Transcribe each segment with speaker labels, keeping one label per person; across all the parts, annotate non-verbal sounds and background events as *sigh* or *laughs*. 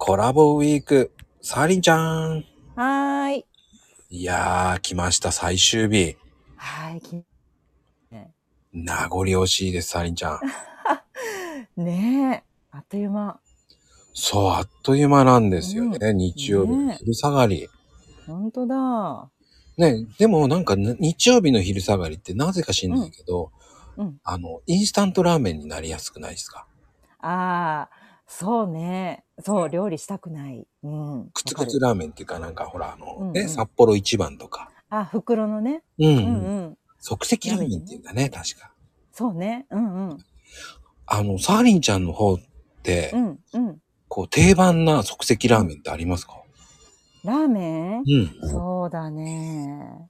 Speaker 1: コラボウィーク、サーリンちゃん。
Speaker 2: はーい。
Speaker 1: いやー、来ました、最終日。
Speaker 2: はーいき。ね
Speaker 1: 名残惜しいです、サーリンちゃん。
Speaker 2: ねえ。あっという間。
Speaker 1: そう、あっという間なんですよね、日曜日の
Speaker 2: ね
Speaker 1: 昼下がり。
Speaker 2: ほんとだ。
Speaker 1: ね、でもなんかね日曜日の昼下がりってなぜか知んないけど、
Speaker 2: うん。
Speaker 1: あの、インスタントラーメンになりやすくないですか
Speaker 2: ああ、そうね。そう、料理したくない。うん。
Speaker 1: くつくつ
Speaker 2: わかる
Speaker 1: ラーメンっていうかなんかほら、あの、ね、
Speaker 2: うんうん
Speaker 1: 札幌一番とか。
Speaker 2: あ、袋のね。
Speaker 1: うん、
Speaker 2: うん
Speaker 1: うん。
Speaker 2: うん。
Speaker 1: 即席ラーメンっていうんだね、確か。
Speaker 2: そうね。うんうん。
Speaker 1: あの、サーリンちゃんの方って、
Speaker 2: うんうん。
Speaker 1: こう、定番な即席ラーメンってありますか
Speaker 2: ラーメン
Speaker 1: うん。
Speaker 2: そうだね。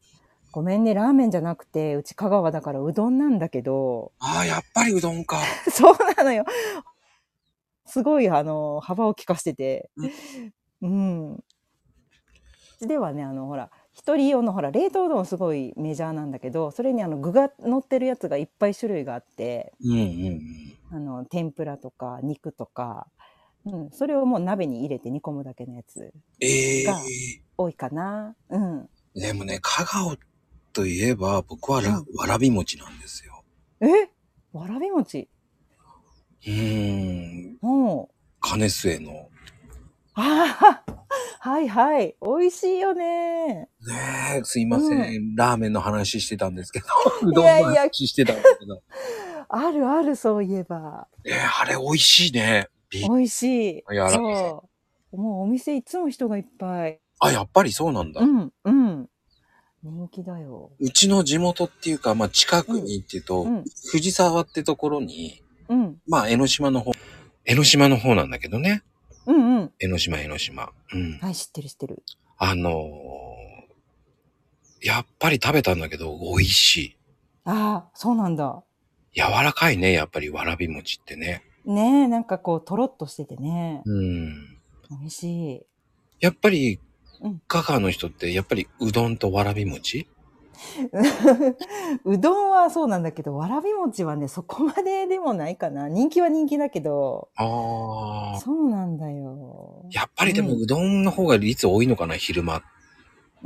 Speaker 2: ごめんね、ラーメンじゃなくて、うち香川だからうどんなんだけど。
Speaker 1: ああ、やっぱりうどんか。
Speaker 2: *laughs* そうなのよ。すごい、あの、幅を利かしてて。うん。うちではね、あの、ほら、一人用のほら、冷凍うどんすごいメジャーなんだけど、それにあの、具が乗ってるやつがいっぱい種類があって、
Speaker 1: うんうんうん。
Speaker 2: あの、天ぷらとか、肉とか、うん、それをもう鍋に入れて煮込むだけのやつ、
Speaker 1: ええ
Speaker 2: が多いかな。うん。
Speaker 1: でもね、香川といえば、僕はら
Speaker 2: う
Speaker 1: わらび餅なんですよ。
Speaker 2: えわらび餅
Speaker 1: うーん。
Speaker 2: うん。
Speaker 1: 金末の。
Speaker 2: ああはいはい。美味しいよね。
Speaker 1: ねえ、すいません,、
Speaker 2: う
Speaker 1: ラーメンの話してたん
Speaker 2: *laughs*
Speaker 1: ですけど、うどんの
Speaker 2: いやいや
Speaker 1: 話してたんですけど。
Speaker 2: あるある、そういえば。
Speaker 1: ええあれ美味しいね。び
Speaker 2: 美味しい。
Speaker 1: いやなんか
Speaker 2: そう。もうお店いつも人がいっぱい。
Speaker 1: あ、やっぱりそうなんだ。
Speaker 2: う、
Speaker 1: うん
Speaker 2: うん。人気だよ。
Speaker 1: ちの地元っていうか、まあ、近くにっていうと、
Speaker 2: うん、
Speaker 1: 藤沢ってところに、
Speaker 2: うん、
Speaker 1: まあ、江ノ島の方、江ノ島の方なんだけどね。
Speaker 2: うん、うん。
Speaker 1: 江ノ島、江ノ島。うん。
Speaker 2: はい、知ってる、知ってる。
Speaker 1: あのーやっぱり食べたんだけど、美味しい。
Speaker 2: ああ、そうなんだ。
Speaker 1: 柔らかいね、やっぱりわらび餅ってね。
Speaker 2: ねえ、なんかこう、とろっとしててね。
Speaker 1: うん。
Speaker 2: 美味しい。 *laughs*
Speaker 1: やっぱり
Speaker 2: うん、
Speaker 1: 香川の人って、やっぱりうどんとわらび餅
Speaker 2: うどんはそうなんだけど、わらび餅はね、そこまででもないかな。人気は人気だけど。
Speaker 1: ああ。
Speaker 2: そうなんだよ。
Speaker 1: やっぱりでも
Speaker 2: うん
Speaker 1: うどんの方が率多いのかな、昼間。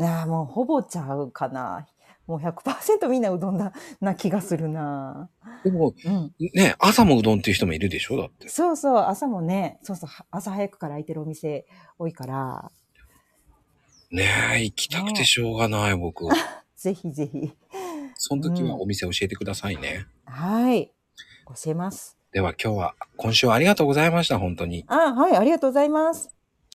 Speaker 2: ああ、もうほぼちゃうかな。もう100%みんなうどんだな気がするな。
Speaker 1: でも、
Speaker 2: うん。
Speaker 1: ね、朝もうどんっていう人もいるでしょだって。
Speaker 2: そうそう、朝もね、そうそう、は朝早くから空いてるお店多いから、
Speaker 1: ねえ、行きたくてしょうがない、僕。
Speaker 2: *laughs* ぜひぜひ。
Speaker 1: その時はお店教えてくださいね。
Speaker 2: はい。教えます。
Speaker 1: では今日は、今週はありがとうございました、本当に。
Speaker 2: あ、はい、ありがとうございます。